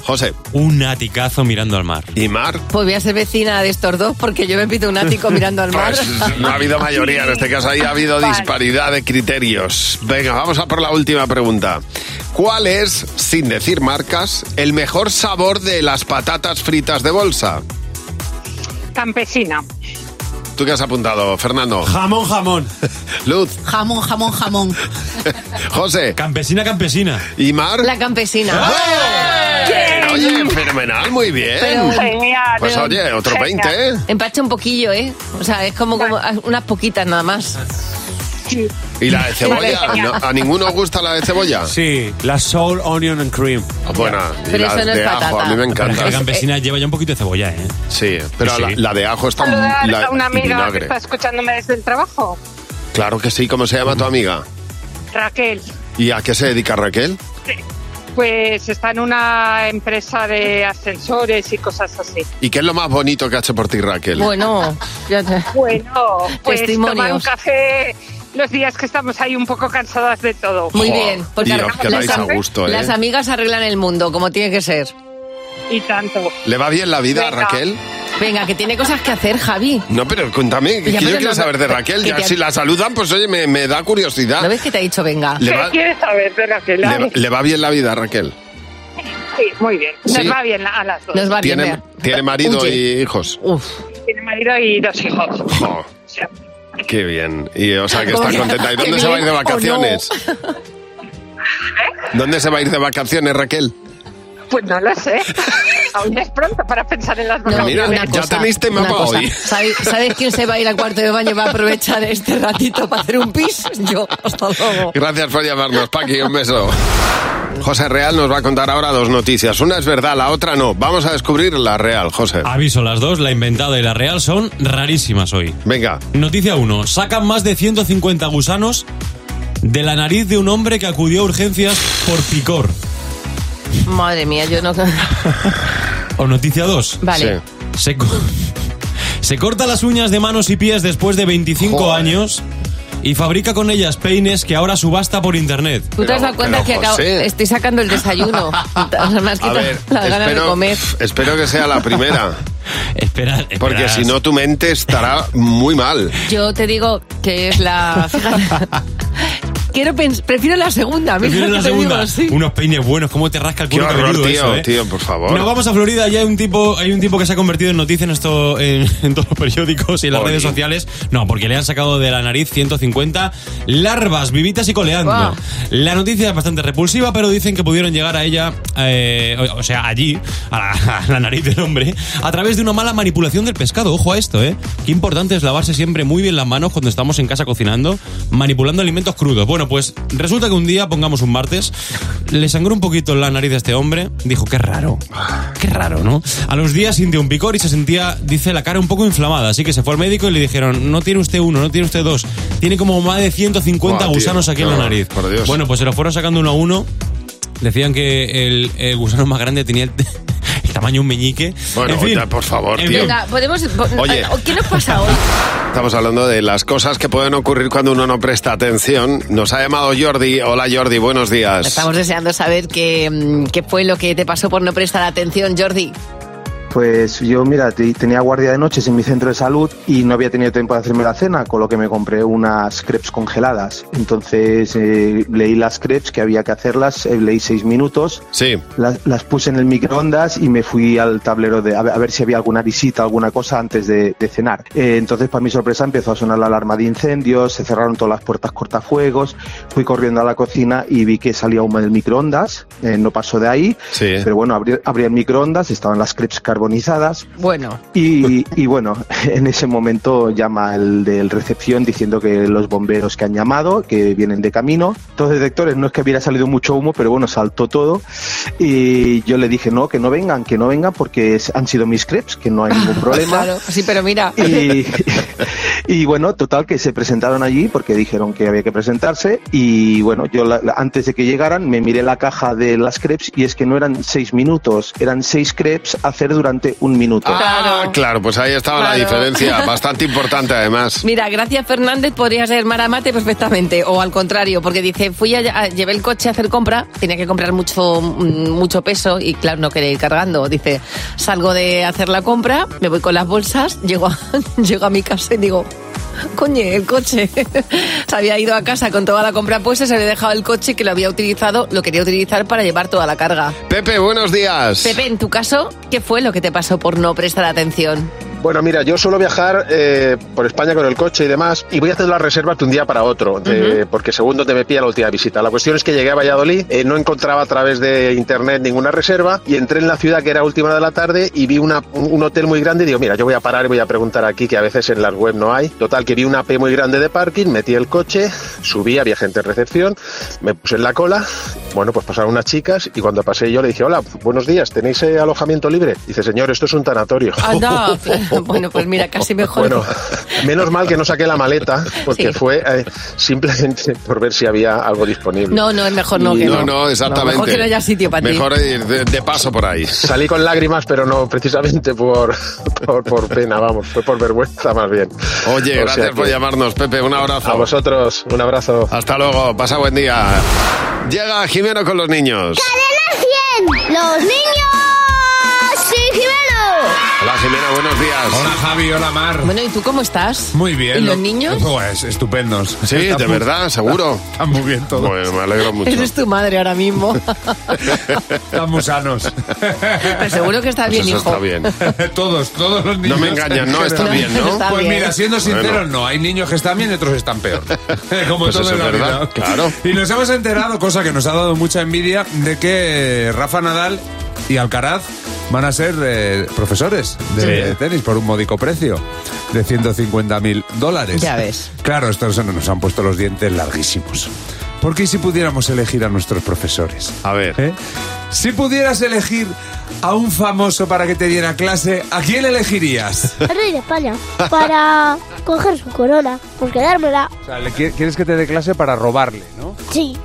S3: José.
S19: Un aticazo mirando al mar.
S3: ¿Y Mar?
S4: Pues voy a ser vecina de estos dos porque yo me pido un ático mirando al mar.
S3: Pues no ha habido mayoría en este caso, ahí ha habido disparidad de criterios. Venga, vamos a por la última pregunta. ¿Cuál es, sin decir marcas, el mejor sabor de las patatas fritas de bolsa?
S17: Campesina.
S3: ¿Tú qué has apuntado, Fernando?
S5: Jamón, jamón.
S3: Luz,
S1: Jamón, jamón, jamón.
S3: José.
S5: Campesina, campesina.
S3: ¿Y Mar?
S4: La campesina.
S3: Oye, fenomenal, muy Ah, bien. Pues oye, otro 20, ¿eh?
S4: Empache un poquillo, ¿eh? O sea, es como, como unas poquitas nada más.
S3: ¿Y la de cebolla?
S4: Vale,
S3: ¿No?
S4: genial.
S3: ¿A ninguno os gusta la de cebolla?
S5: Sí, la soul, onion and cream.
S3: Ah, Buena. Y
S4: Pero
S3: la
S4: eso no es
S3: de ajo,
S4: patata.
S3: a mí me
S19: Pero es que
S3: encanta.
S19: la campesina lleva ya un poquito de cebolla, ¿eh?
S3: Sí, pero
S19: Sí,
S3: la,
S19: sí.
S3: la de ajo está
S17: Saludar
S3: la-
S17: a una
S3: y
S17: amiga que
S3: vinagre.
S17: está escuchándome desde el trabajo.
S3: Claro que sí, ¿cómo se llama tu amiga?
S17: Raquel.
S3: ¿Y a qué se dedica Raquel?
S17: Pues está en una empresa de ascensores y cosas así.
S3: ¿Y qué es lo más bonito que ha hecho por ti Raquel?
S4: Bueno,
S17: Bueno, pues
S4: Testimonios.
S17: tomar un café los días que estamos ahí un poco cansadas de todo.
S4: Muy bien. Porque
S3: y os
S4: arrancamos-
S3: quedáis a
S4: am-
S3: gusto, ¿eh?
S4: las amigas arreglan el mundo, como tiene que ser.
S17: Y tanto.
S3: ¿Le va bien la vida a Raquel?
S4: Venga, que tiene cosas que hacer, Javi.
S3: No, pero cuéntame, que
S4: Ya,
S3: yo
S4: pero
S3: quiero
S4: no, no,
S3: saber de
S4: pero
S3: Raquel.
S4: que
S3: Ya
S4: te-
S3: si la saludan, pues oye, me, me da curiosidad.
S4: ¿No ves que te ha dicho venga?
S3: Le va-
S17: ¿Quieres saber de Raquel?
S3: ¿Le, va- le va bien la vida a Raquel?
S17: Sí, muy bien. Nos
S3: Sí.
S17: va bien a las dos.
S3: ¿Tiene, tiene marido y hijos?
S17: Tiene marido y dos hijos.
S3: Jo, qué bien. Y o sea que
S17: ¿Cómo
S3: está
S17: que-
S3: contenta. ¿Y
S17: qué
S3: dónde se va a ir de
S17: bien o no?
S3: vacaciones? ¿Dónde se va a ir de vacaciones, Raquel?
S17: Pues no lo sé. Aún es pronto para pensar en las
S3: No,
S17: vacaciones.
S3: mira, ya tenéis tema
S4: una
S3: para
S4: cosa.
S3: hoy.
S4: ¿Sabéis, sabéis quién se va a ir al cuarto de baño y va a aprovechar este ratito para hacer un pis? Yo, hasta luego.
S3: Gracias por llamarnos, Paqui. Un beso. José Real nos va a contar ahora dos noticias. Una es verdad, la otra no. Vamos a descubrir la real, José.
S19: Aviso, las dos, la inventada y la real, son rarísimas hoy.
S3: Venga.
S19: Noticia 1. Sacan más de 150 gusanos de la nariz de un hombre que acudió a urgencias por picor.
S4: Madre mía, yo no.
S19: O noticia 2.
S4: Vale.
S19: Se, co- se corta las uñas de manos y pies después de 25 años y fabrica con ellas peines que ahora subasta por internet.
S4: Tú te has dado cuenta que acabo- estoy sacando el desayuno. Me has
S19: A
S4: quitado
S19: ver,
S4: las ganas de
S3: espero-
S4: comer.
S3: Espero que sea la primera.
S19: espera,
S3: Porque si no, tu mente estará muy mal.
S4: Yo te digo que es la. Fíjate. Quiero pens- prefiero la segunda. mira
S19: Viene
S4: lo
S19: la
S4: que te digo,
S19: segunda.
S4: sí.
S19: Unos peines buenos, cómo te rasca el
S3: Qué
S19: culo
S3: horror,
S19: cabelludo
S3: tío,
S19: eso, ¿eh?
S3: tío, por favor.
S19: Nos vamos a Florida y hay un tipo, hay un tipo que se ha convertido en noticia en esto, en, en todos los periódicos y en las redes sociales. No, porque le han sacado de la nariz 150 larvas vivitas y coleando. Guau. La noticia es bastante repulsiva, pero dicen que pudieron llegar a ella, eh, o, o sea, allí, a la, a la nariz del hombre, a través de una mala manipulación del pescado. Ojo a esto, ¿eh? Qué importante es lavarse siempre muy bien las manos cuando estamos en casa cocinando, manipulando alimentos crudos. Bueno, pues resulta que un día, pongamos un martes, le sangró un poquito la nariz a este hombre, dijo, qué raro. Qué raro, ¿no? A los días sintió un picor y se sentía, dice, la cara un poco inflamada. Así que se fue al médico y le dijeron, no tiene usted uno, no tiene usted dos. Tiene como más de
S3: Buah,
S19: 150
S3: tío,
S19: gusanos aquí en la
S3: no,
S19: nariz.
S3: por Dios.
S19: Bueno, pues se los fueron sacando uno a uno. Decían que el, el gusano más grande tenía el, el tamaño de un meñique.
S3: Bueno,
S19: En fin.
S3: ya, por favor,
S19: En
S3: tío.
S4: Venga, podemos. eh,
S3: Oye.
S4: ¿Qué nos pasa hoy?
S3: Estamos hablando de las cosas que pueden ocurrir cuando uno no presta atención. Nos ha llamado Jordi. Hola, Jordi, buenos días.
S4: Estamos deseando saber qué, mm, qué fue lo que te pasó por no prestar atención, Jordi.
S22: Pues yo, mira, te- tenía guardia de noches en mi centro de salud y no había tenido tiempo de hacerme la cena, con lo que me compré unas crepes congeladas. Entonces eh, leí las crepes que había que hacerlas, eh, leí seis minutos, las, las puse en el microondas y me fui al tablero de a ver, a ver si había alguna visita, alguna cosa antes de, de cenar. Eh, entonces, para mi sorpresa, empezó a sonar la alarma de incendios, se cerraron todas las puertas cortafuegos, fui corriendo a la cocina y vi que salía humo del microondas, eh, no pasó de ahí, pero bueno, abrí, abrí el microondas, estaban las crepes car- carbonizadas.
S4: Bueno.
S22: Y, y bueno, en ese momento llama el del recepción diciendo que los bomberos que han llamado, que vienen de camino. Dos detectores, no es que hubiera salido mucho humo, pero bueno, saltó todo. Y yo le dije, no, que no vengan, que no vengan porque es- han sido mis crepes, que no hay ningún problema.
S4: Claro, sí, pero mira.
S22: Y, y bueno, total que se presentaron allí porque dijeron que había que presentarse y bueno, yo la- la- antes de que llegaran me miré la caja de las crepes y es que no eran seis minutos, eran seis crepes a hacer durante un minuto.
S5: Ah, claro, pues ahí estaba la
S4: Claro.
S5: diferencia, bastante importante además.
S4: Mira, gracias Fernández podría ser Maramate perfectamente, o al contrario, porque dice, fui a, a- llevé el coche a hacer compra, tenía que comprar mucho, mm, mucho peso y claro, no quería ir cargando. Dice, salgo de hacer la compra, me voy con las bolsas, llego a, llego a mi casa y digo, coño, el coche. se había ido a casa con toda la compra puesta, se había dejado el coche que lo había utilizado, lo quería utilizar para llevar toda la carga.
S5: Pepe, buenos días.
S4: Pepe, en tu caso, ¿qué fue lo que te pasó por no prestar atención?
S3: Bueno, mira, yo suelo viajar eh, por España con el coche y demás, y voy a hacer las reservas de un día para otro, de- porque según donde me pilla la última visita. La cuestión es que llegué a Valladolid, eh, no encontraba a través de internet ninguna reserva, y entré en la ciudad que era última de la tarde y vi una- un un hotel muy grande. Y digo, mira, yo voy a parar y voy a preguntar aquí, que a veces en las web no hay. Total, que vi una P muy grande de parking, metí el coche, subí, había gente en recepción, me puse en la cola. Bueno, pues pasaron unas chicas, y cuando pasé yo le dije, hola, buenos días, ¿tenéis eh, alojamiento libre? Dice, señor, esto es un tanatorio.
S4: Anda, Ah, bueno, pues mira, casi mejor.
S3: Bueno, menos mal que no saqué la maleta, porque
S4: Sí.
S3: fue eh, simplemente por ver si había algo disponible.
S4: No, no, es mejor no que
S3: No,
S4: no.
S3: no, exactamente.
S4: mejor que no haya sitio para ti.
S3: Mejor
S5: ir de, paso por ahí.
S3: Salí con lágrimas, pero no precisamente por, por, por pena, vamos, fue por vergüenza más bien.
S5: Oye,
S3: O sea
S5: gracias por
S3: que-
S5: llamarnos, Pepe. Un abrazo.
S3: A vosotros, un abrazo.
S5: Hasta luego, pasa buen día. Llega Jimeno con los niños.
S23: ¡Los niños! ¡Sí,
S5: Hola Jimena, buenos días.
S8: Hola Javi, hola Mar.
S4: Bueno, ¿y tú cómo estás?
S8: Muy bien.
S4: ¿Y los
S8: ¿no?
S4: niños?
S8: Pues estupendos.
S5: Sí,
S8: Están
S5: de
S8: muy-
S5: verdad, seguro.
S8: Están muy bien todos.
S5: Bueno, me alegro mucho.
S4: Eres tu madre ahora mismo.
S8: Están muy sanos.
S4: Pero seguro que está
S8: Pues
S4: bien,
S8: eso
S4: hijo.
S8: está bien. todos, todos los niños.
S5: me engañas, no, está
S8: general.
S5: bien, ¿no? Está
S8: Pues
S5: bien.
S8: mira, siendo
S5: Bueno.
S8: sinceros, no. Hay niños que están bien y otros están peor. Eh, Como
S5: Pues
S8: todo
S5: eso
S8: en
S5: es
S8: la
S5: verdad,
S8: vida.
S5: claro.
S8: Y nos hemos enterado, cosa que nos ha dado mucha envidia, de que Rafa Nadal y Alcaraz van a ser eh, profesores de
S5: Sí.
S8: tenis por un módico precio de 150 mil dólares.
S4: Ya ves.
S8: Claro, estos se nos han puesto los dientes larguísimos. Porque si pudiéramos elegir a nuestros profesores.
S5: A ver.
S8: Si pudieras elegir a un famoso para que te diera clase, ¿a quién elegirías?
S23: El rey de España. Para coger su corona, por quedármela.
S8: O sea, le qui- quieres que te dé clase para robarle, ¿no?
S23: Sí,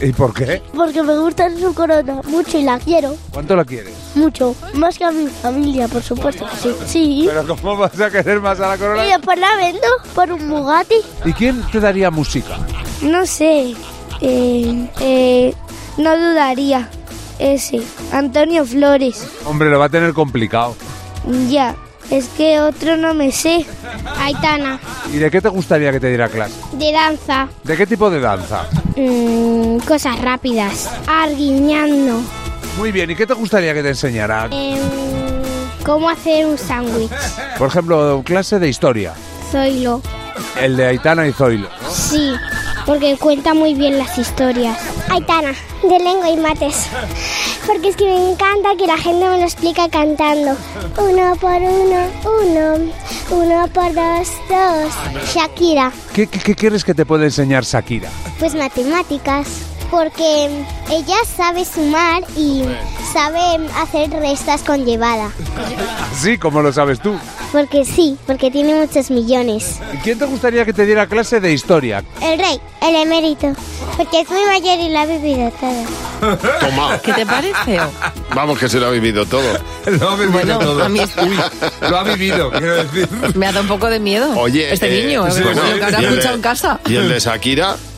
S8: ¿Y por qué?
S23: porque me gusta su corona mucho y la quiero
S8: ¿Cuánto la quieres?
S23: mucho. Más que a mi familia, por supuesto que sí. Sí.
S8: Pero ¿cómo vas a querer más a la corona?
S4: Eh.
S23: Y después la vendo por un Bugatti.
S8: ¿Y quién te daría música?
S23: No sé. eh, eh, no dudaría. Ese. Antonio Flores.
S8: Hombre, lo va a tener complicado.
S23: Ya. Es que otro no me sé. Aitana.
S8: ¿Y de qué te gustaría que te diera clase?
S23: De danza.
S8: ¿De qué tipo de danza?
S23: Mm, cosas rápidas. Arguiñando.
S8: Muy bien, ¿y qué te gustaría que te enseñara?
S23: Em, ¿Cómo hacer un sándwich?
S8: Por ejemplo, clase de historia.
S23: Zoilo.
S8: El de Aitana y Zoilo.
S23: Sí, porque cuenta muy bien las historias. Aitana, de lengua y mates. Porque es que me encanta que la gente me lo explica cantando. Uno por uno, uno. Uno por dos, dos. Shakira.
S8: ¿Qué, qué- qué quieres que te pueda enseñar Shakira?
S23: Pues matemáticas. Porque ella sabe sumar y sabe hacer restas conllevada.
S8: Sí, como lo sabes tú.
S23: Porque sí, porque tiene muchos millones.
S8: ¿Y ¿Quién te gustaría que te diera clase de historia?
S23: El rey, el emérito. Porque es muy mayor y la ha vivido todo.
S5: Toma.
S4: ¿Qué te parece?
S5: Vamos que se lo ha vivido todo.
S8: lo ha vivido
S4: Bueno, todo. a mí es-
S8: lo ha vivido, quiero decir.
S4: Me ha dado un poco de miedo.
S5: Oye,
S4: este
S5: eh,
S4: niño,
S5: sí,
S4: lo
S5: bueno,
S4: que habrá
S5: y el
S4: escuchado
S5: de-
S4: en casa.
S5: ¿Y el de Shakira?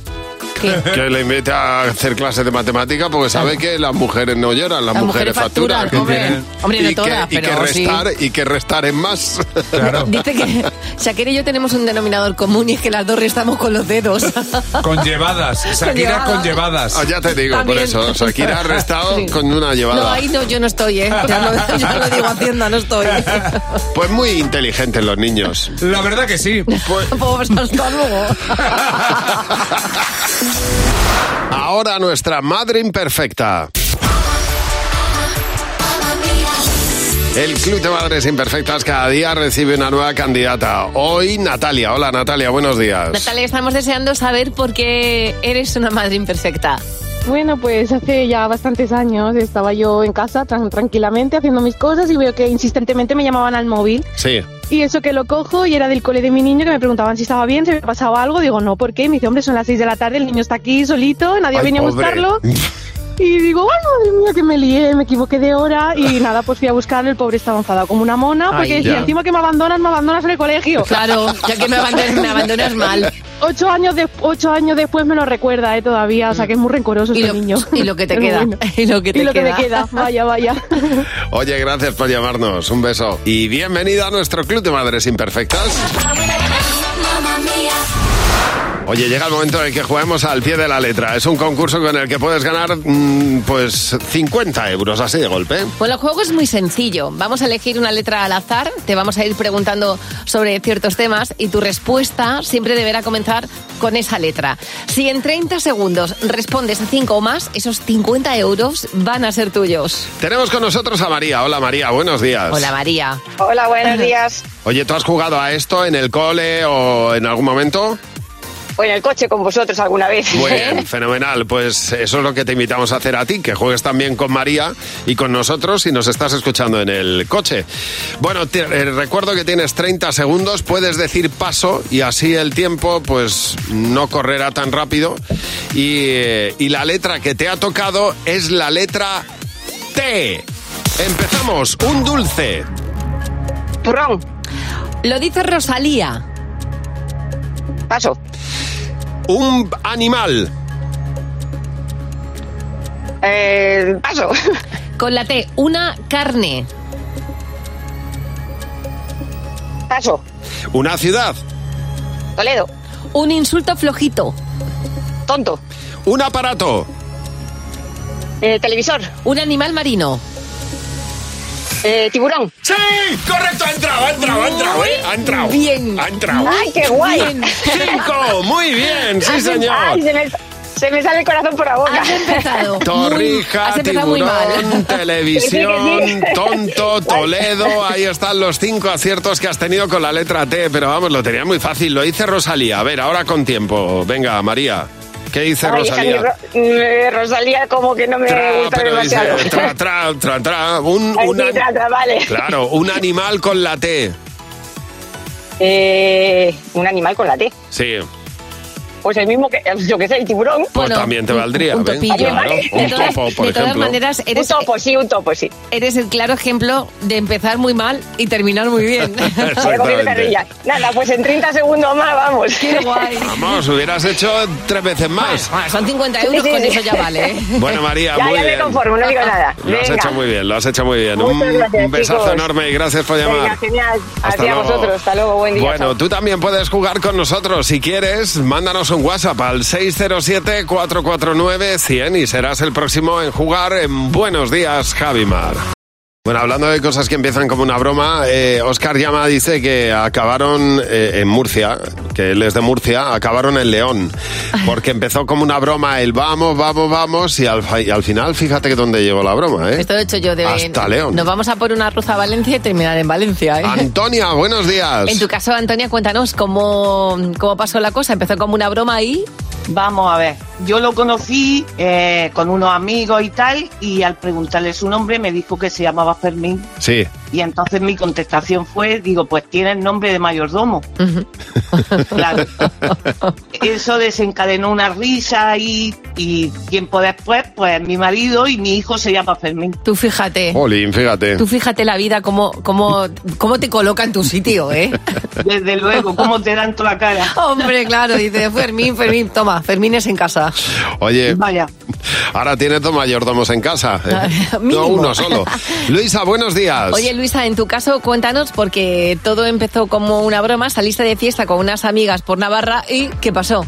S4: ¿Qué?
S5: Que le invita a hacer clases de matemática porque sabe que las mujeres no lloran, las,
S4: Las
S5: mujeres,
S4: mujeres
S5: facturan.
S4: facturan, hombre. Hombre, no
S5: y
S4: todas,
S5: que, y
S4: pero
S5: que
S4: sí.
S5: restar, Y que restar es más.
S4: Dice que Shakira y yo tenemos un denominador común y es que las dos restamos con los dedos.
S8: Conllevadas. Shakira
S4: Conllevada.
S8: conllevadas.
S5: Ah, ya te digo, por
S4: También.
S5: eso. Shakira ha restado
S4: Sí.
S5: con una llevada.
S4: No, ahí no, yo no estoy, ¿eh? Ya lo, ya lo digo Hacienda, no estoy.
S5: Pues muy inteligentes los niños.
S8: La verdad que sí.
S4: Pues hasta luego.
S5: Ahora nuestra madre imperfecta.
S3: El Club de Madres Imperfectas cada día recibe una nueva candidata. Hoy Natalia. Hola Natalia, buenos días.
S4: Natalia, estamos deseando saber por qué eres una madre imperfecta.
S9: Bueno, pues hace ya bastantes años estaba yo en casa tran- tranquilamente haciendo mis cosas y veo que insistentemente me llamaban al móvil.
S3: Sí.
S9: Y eso que lo cojo y era del cole de mi niño que me preguntaban si estaba bien, si me pasaba algo. Digo, no, ¿por qué? Y Me dice, hombre, son las 6 de la tarde, el niño está aquí solito, nadie
S3: Ay,
S9: venía
S3: pobre.
S9: a buscarlo. Y digo, ay, madre mía, que me lié, me equivoqué de hora. Y nada, pues fui a buscarlo, el pobre estaba enfadado como una mona, porque
S4: Ay,
S9: decía,
S4: ya.
S9: encima que me abandonas, me abandonas en el colegio.
S4: Claro, ya que me abandonas, me abandonas mal.
S9: Ocho años, de- ocho años después me lo recuerda eh, todavía, o sea que es muy rencoroso este niño.
S4: Y lo que te
S9: Es muy
S4: queda.
S9: bueno.
S4: Y lo que te
S9: y lo
S4: queda.
S9: que me queda, vaya, vaya.
S3: Oye, gracias por llamarnos. Un beso. Y bienvenido a nuestro Club de Madres Imperfectas. Oye, llega el momento de que juguemos al pie de la letra. Es un concurso con el que puedes ganar, mm, pues, 50 euros así de golpe.
S4: Bueno, Pues el juego es muy sencillo. Vamos a elegir una letra al azar, te vamos a ir preguntando sobre ciertos temas y tu respuesta siempre deberá comenzar con esa letra. Si en 30 segundos respondes a 5 o más, esos 50 euros van a ser tuyos.
S3: Tenemos con nosotros a María. Hola, María. Buenos días.
S4: Hola María.
S17: Hola, buenos días.
S3: Oye, ¿tú has jugado a esto en el cole o en algún momento?
S17: O en el coche con vosotros alguna vez.
S3: Muy bien, fenomenal. Pues eso es lo que te invitamos a hacer a ti, que juegues también con María y con nosotros si nos estás escuchando en el coche. Bueno, te- eh, recuerdo que tienes 30 segundos, puedes decir paso y así el tiempo pues no correrá tan rápido. Y, eh, y la letra que te ha tocado es la letra T. Empezamos, un dulce.
S17: Turrón.
S4: Lo dice Rosalía.
S17: Paso.
S3: Un animal.
S17: Eh, paso.
S4: Con la T, una carne.
S17: Paso.
S3: Una ciudad.
S17: Toledo.
S4: Un insulto flojito.
S17: Tonto.
S3: Un aparato.
S17: Eh, televisor.
S4: Un animal marino.
S17: Eh, tiburón.
S3: ¡Sí! ¡Correcto! ¡Ha entrado, ha entrado, ha entrado! ¿eh? ¡Ha entrado!
S4: Bien.
S3: ¡Ha entrado!
S17: ¡Ay, qué guay!
S3: ¡Cinco! ¡Muy bien! ¡Sí,
S17: Has em-
S3: señor!
S17: Ay, se, me, se me sale el corazón por la boca.
S4: Has empezado.
S3: Torrija, tiburón, televisión, tonto, Toledo. Ahí están los cinco aciertos que has tenido con la letra T. Pero vamos, lo tenía muy fácil. Lo dice Rosalía. A ver, ahora con tiempo. Venga, María. ¿Qué dice
S17: Ay, hija, mi
S3: Rosalía?
S17: Ro- eh, Rosalía como que no me
S3: Tra,
S17: gusta
S3: pero dice,
S17: demasiado.
S3: tra, tra, tra, tra. Un,
S17: Ay,
S3: un
S17: sí,
S3: an-
S17: tra, tra, vale.
S3: Claro, un animal con la T.
S17: Eh, un animal con la T.
S3: Sí.
S17: Pues el mismo que, yo que sé, el tiburón.
S3: Pues también te valdría,
S4: un
S3: ¿ves?
S4: topillo.
S3: Claro, un
S4: De todas-
S3: topo, por
S4: de todas
S3: ejemplo.
S4: maneras, eres-
S17: Un topo, sí, un topo, sí.
S4: Eres el claro ejemplo de empezar muy mal y terminar muy bien.
S17: Algo que me carrilla. Nada, pues en 30 segundos más, vamos.
S4: Qué guay.
S3: Vamos, hubieras hecho tres veces más.
S4: Son 50 euros,
S17: Sí, sí,
S4: con
S17: sí.
S4: eso ya vale. ¿eh?
S3: Bueno, María,
S17: Ya,
S3: muy
S17: ya
S3: bien.
S17: me conformo, no digo nada.
S3: Lo has
S17: Venga.
S3: hecho muy bien, lo has hecho muy bien.
S17: Muchas
S3: un,
S17: gracias,
S3: un besazo
S17: chicos.
S3: enorme y gracias por llamar.
S17: Venga, genial.
S3: Hasta
S17: Así a
S3: luego.
S17: vosotros. Hasta luego, buen día.
S3: Bueno, tú también puedes jugar con nosotros. Si quieres, mándanos un WhatsApp al 607-449-100 y serás el próximo en jugar en Buenos Días, Javimar. Bueno, hablando de cosas que empiezan como una broma, eh, Oscar Llama dice que acabaron eh, en Murcia, que él es de Murcia, acabaron en León, porque empezó como una broma el vamos, vamos, vamos, y al, fa- y al final fíjate que dónde llegó la broma, ¿eh?
S4: Esto lo he hecho yo de
S3: Hasta León.
S4: Nos vamos a por una ruza a Valencia y terminar en Valencia. ¿eh?
S3: Antonia, buenos días.
S4: En tu caso, Antonia, cuéntanos cómo, cómo pasó la cosa. Empezó como una broma ahí.
S10: Vamos a ver, yo lo conocí eh, con unos amigos y tal, y al preguntarle su nombre me dijo que se llamaba Fermín.
S3: Sí.
S10: Y entonces mi contestación fue, digo, pues tiene el nombre de mayordomo. Claro. Eso desencadenó una risa y, y tiempo después, pues mi marido y mi hijo se llama Fermín.
S4: Tú fíjate.
S3: Jolín, fíjate.
S4: Tú fíjate la vida, cómo, cómo, cómo te coloca en tu sitio, ¿eh?
S10: Desde luego, cómo te dan toda la cara.
S4: Hombre, claro, dice Fermín, Fermín, toma, Fermín es en casa.
S3: Oye,
S10: Vaya.
S3: ahora tiene dos mayordomos en casa. ¿eh?
S4: Ah, Mínimo.
S3: no, uno solo. Luisa, buenos días.
S4: Oye, Luisa, en tu caso, cuéntanos, porque todo empezó como una broma, saliste de fiesta con unas amigas por Navarra y ¿qué pasó?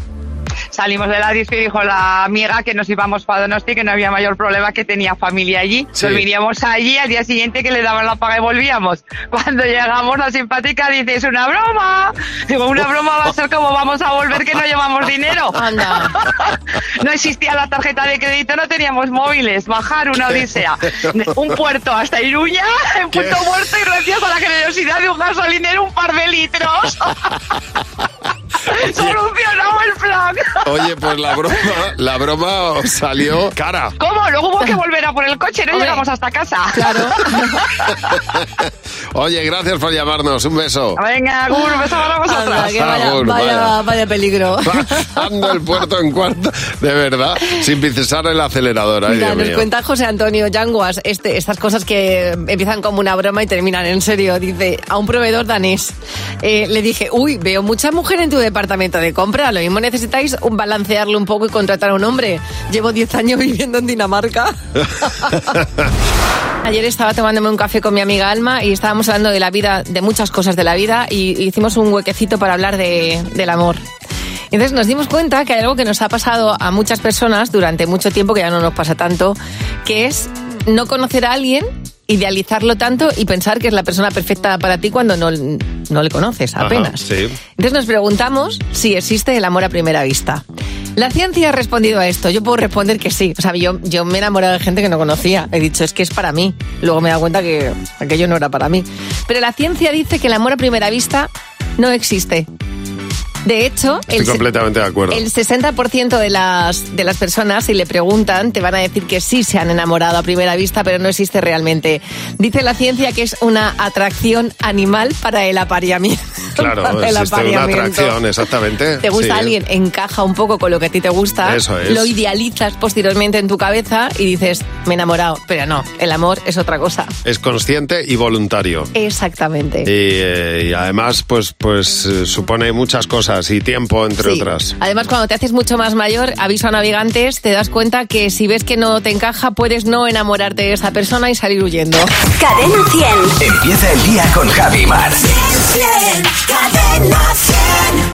S17: salimos de la disco y dijo la amiga que nos íbamos para Donosti, que no había mayor problema, que tenía familia allí.
S2: Sí.
S17: Dormiríamos allí, al día siguiente que le daban la paga y volvíamos. Cuando llegamos, la simpática dice, es una broma. Digo, una broma va a ser como vamos a volver que no llevamos dinero. no existía la tarjeta de crédito, no teníamos móviles. Bajar una
S2: Qué
S17: odisea.
S2: bueno.
S17: Un puerto hasta Iruña, en
S2: Qué-
S17: punto muerto y gracias a la generosidad de un gasolinero, un par de litros. Solucionamos el plan.
S3: Oye, pues la broma, la broma os salió cara.
S17: ¿Cómo? Luego hubo que volver a por el coche, no llegamos hasta casa. Claro.
S3: Oye, gracias por llamarnos. Un beso.
S17: Venga, Gur, beso para vosotras.
S4: Ah. Anda, que vaya,
S3: Agur,
S4: vaya,
S3: vaya.
S4: vaya peligro.
S3: Bajando el puerto en cuarto. De verdad, sin pisar el acelerador. Ay,
S4: Mira,
S3: Dios
S4: nos
S3: mío.
S4: cuenta José Antonio Yanguas este, estas cosas que empiezan como una broma y terminan en serio. Dice, a un proveedor danés eh, le dije, uy, veo mucha mujer en tu departamento de compra, lo mismo necesitáis un balancearlo un poco y contratar a un hombre. Llevo 10 años viviendo en Dinamarca. Ayer estaba tomándome un café con mi amiga Alma y estábamos hablando de la vida, de muchas cosas de la vida y y hicimos un huequecito para hablar de- del amor. Entonces nos dimos cuenta que hay algo que nos ha pasado a muchas personas durante mucho tiempo, que ya no nos pasa tanto, que es no conocer a alguien, idealizarlo tanto y pensar que es la persona perfecta para ti cuando no, no le conoces apenas.
S2: sí.
S4: Entonces nos preguntamos si existe el amor a primera vista. La ciencia ha respondido a esto. Yo puedo responder que sí. O sea, yo, yo me he enamorado de gente que no conocía. He dicho, es que es para mí. Luego me he dado cuenta que aquello no era para mí. Pero la ciencia dice que el amor a primera vista no existe. De hecho,
S3: Estoy
S4: el se-
S3: completamente de acuerdo.
S4: el 60% de las, de las personas, si le preguntan, te van a decir que sí se han enamorado a primera vista, pero no existe realmente. Dice la ciencia que es una atracción animal para el apareamiento.
S3: Claro,
S4: para el
S3: existe una
S4: apareamiento.
S3: atracción, exactamente.
S4: Te gusta
S3: Sí.
S4: alguien, encaja un poco con lo que a ti te gusta,
S3: Eso es.
S4: lo idealizas posteriormente en tu cabeza y dices, me he enamorado. Pero no, el amor es otra cosa.
S3: Es consciente y voluntario.
S4: Exactamente.
S3: Y, eh, y además, pues, pues eh, supone muchas cosas y tiempo, entre
S4: Sí.
S3: otras.
S4: Además, cuando te haces mucho más mayor, aviso a navegantes, te das cuenta que si ves que no te encaja, puedes no enamorarte de esa persona y salir huyendo.
S21: Cadena 100.
S11: Empieza el día con Javi Mar.
S21: Cadena 100.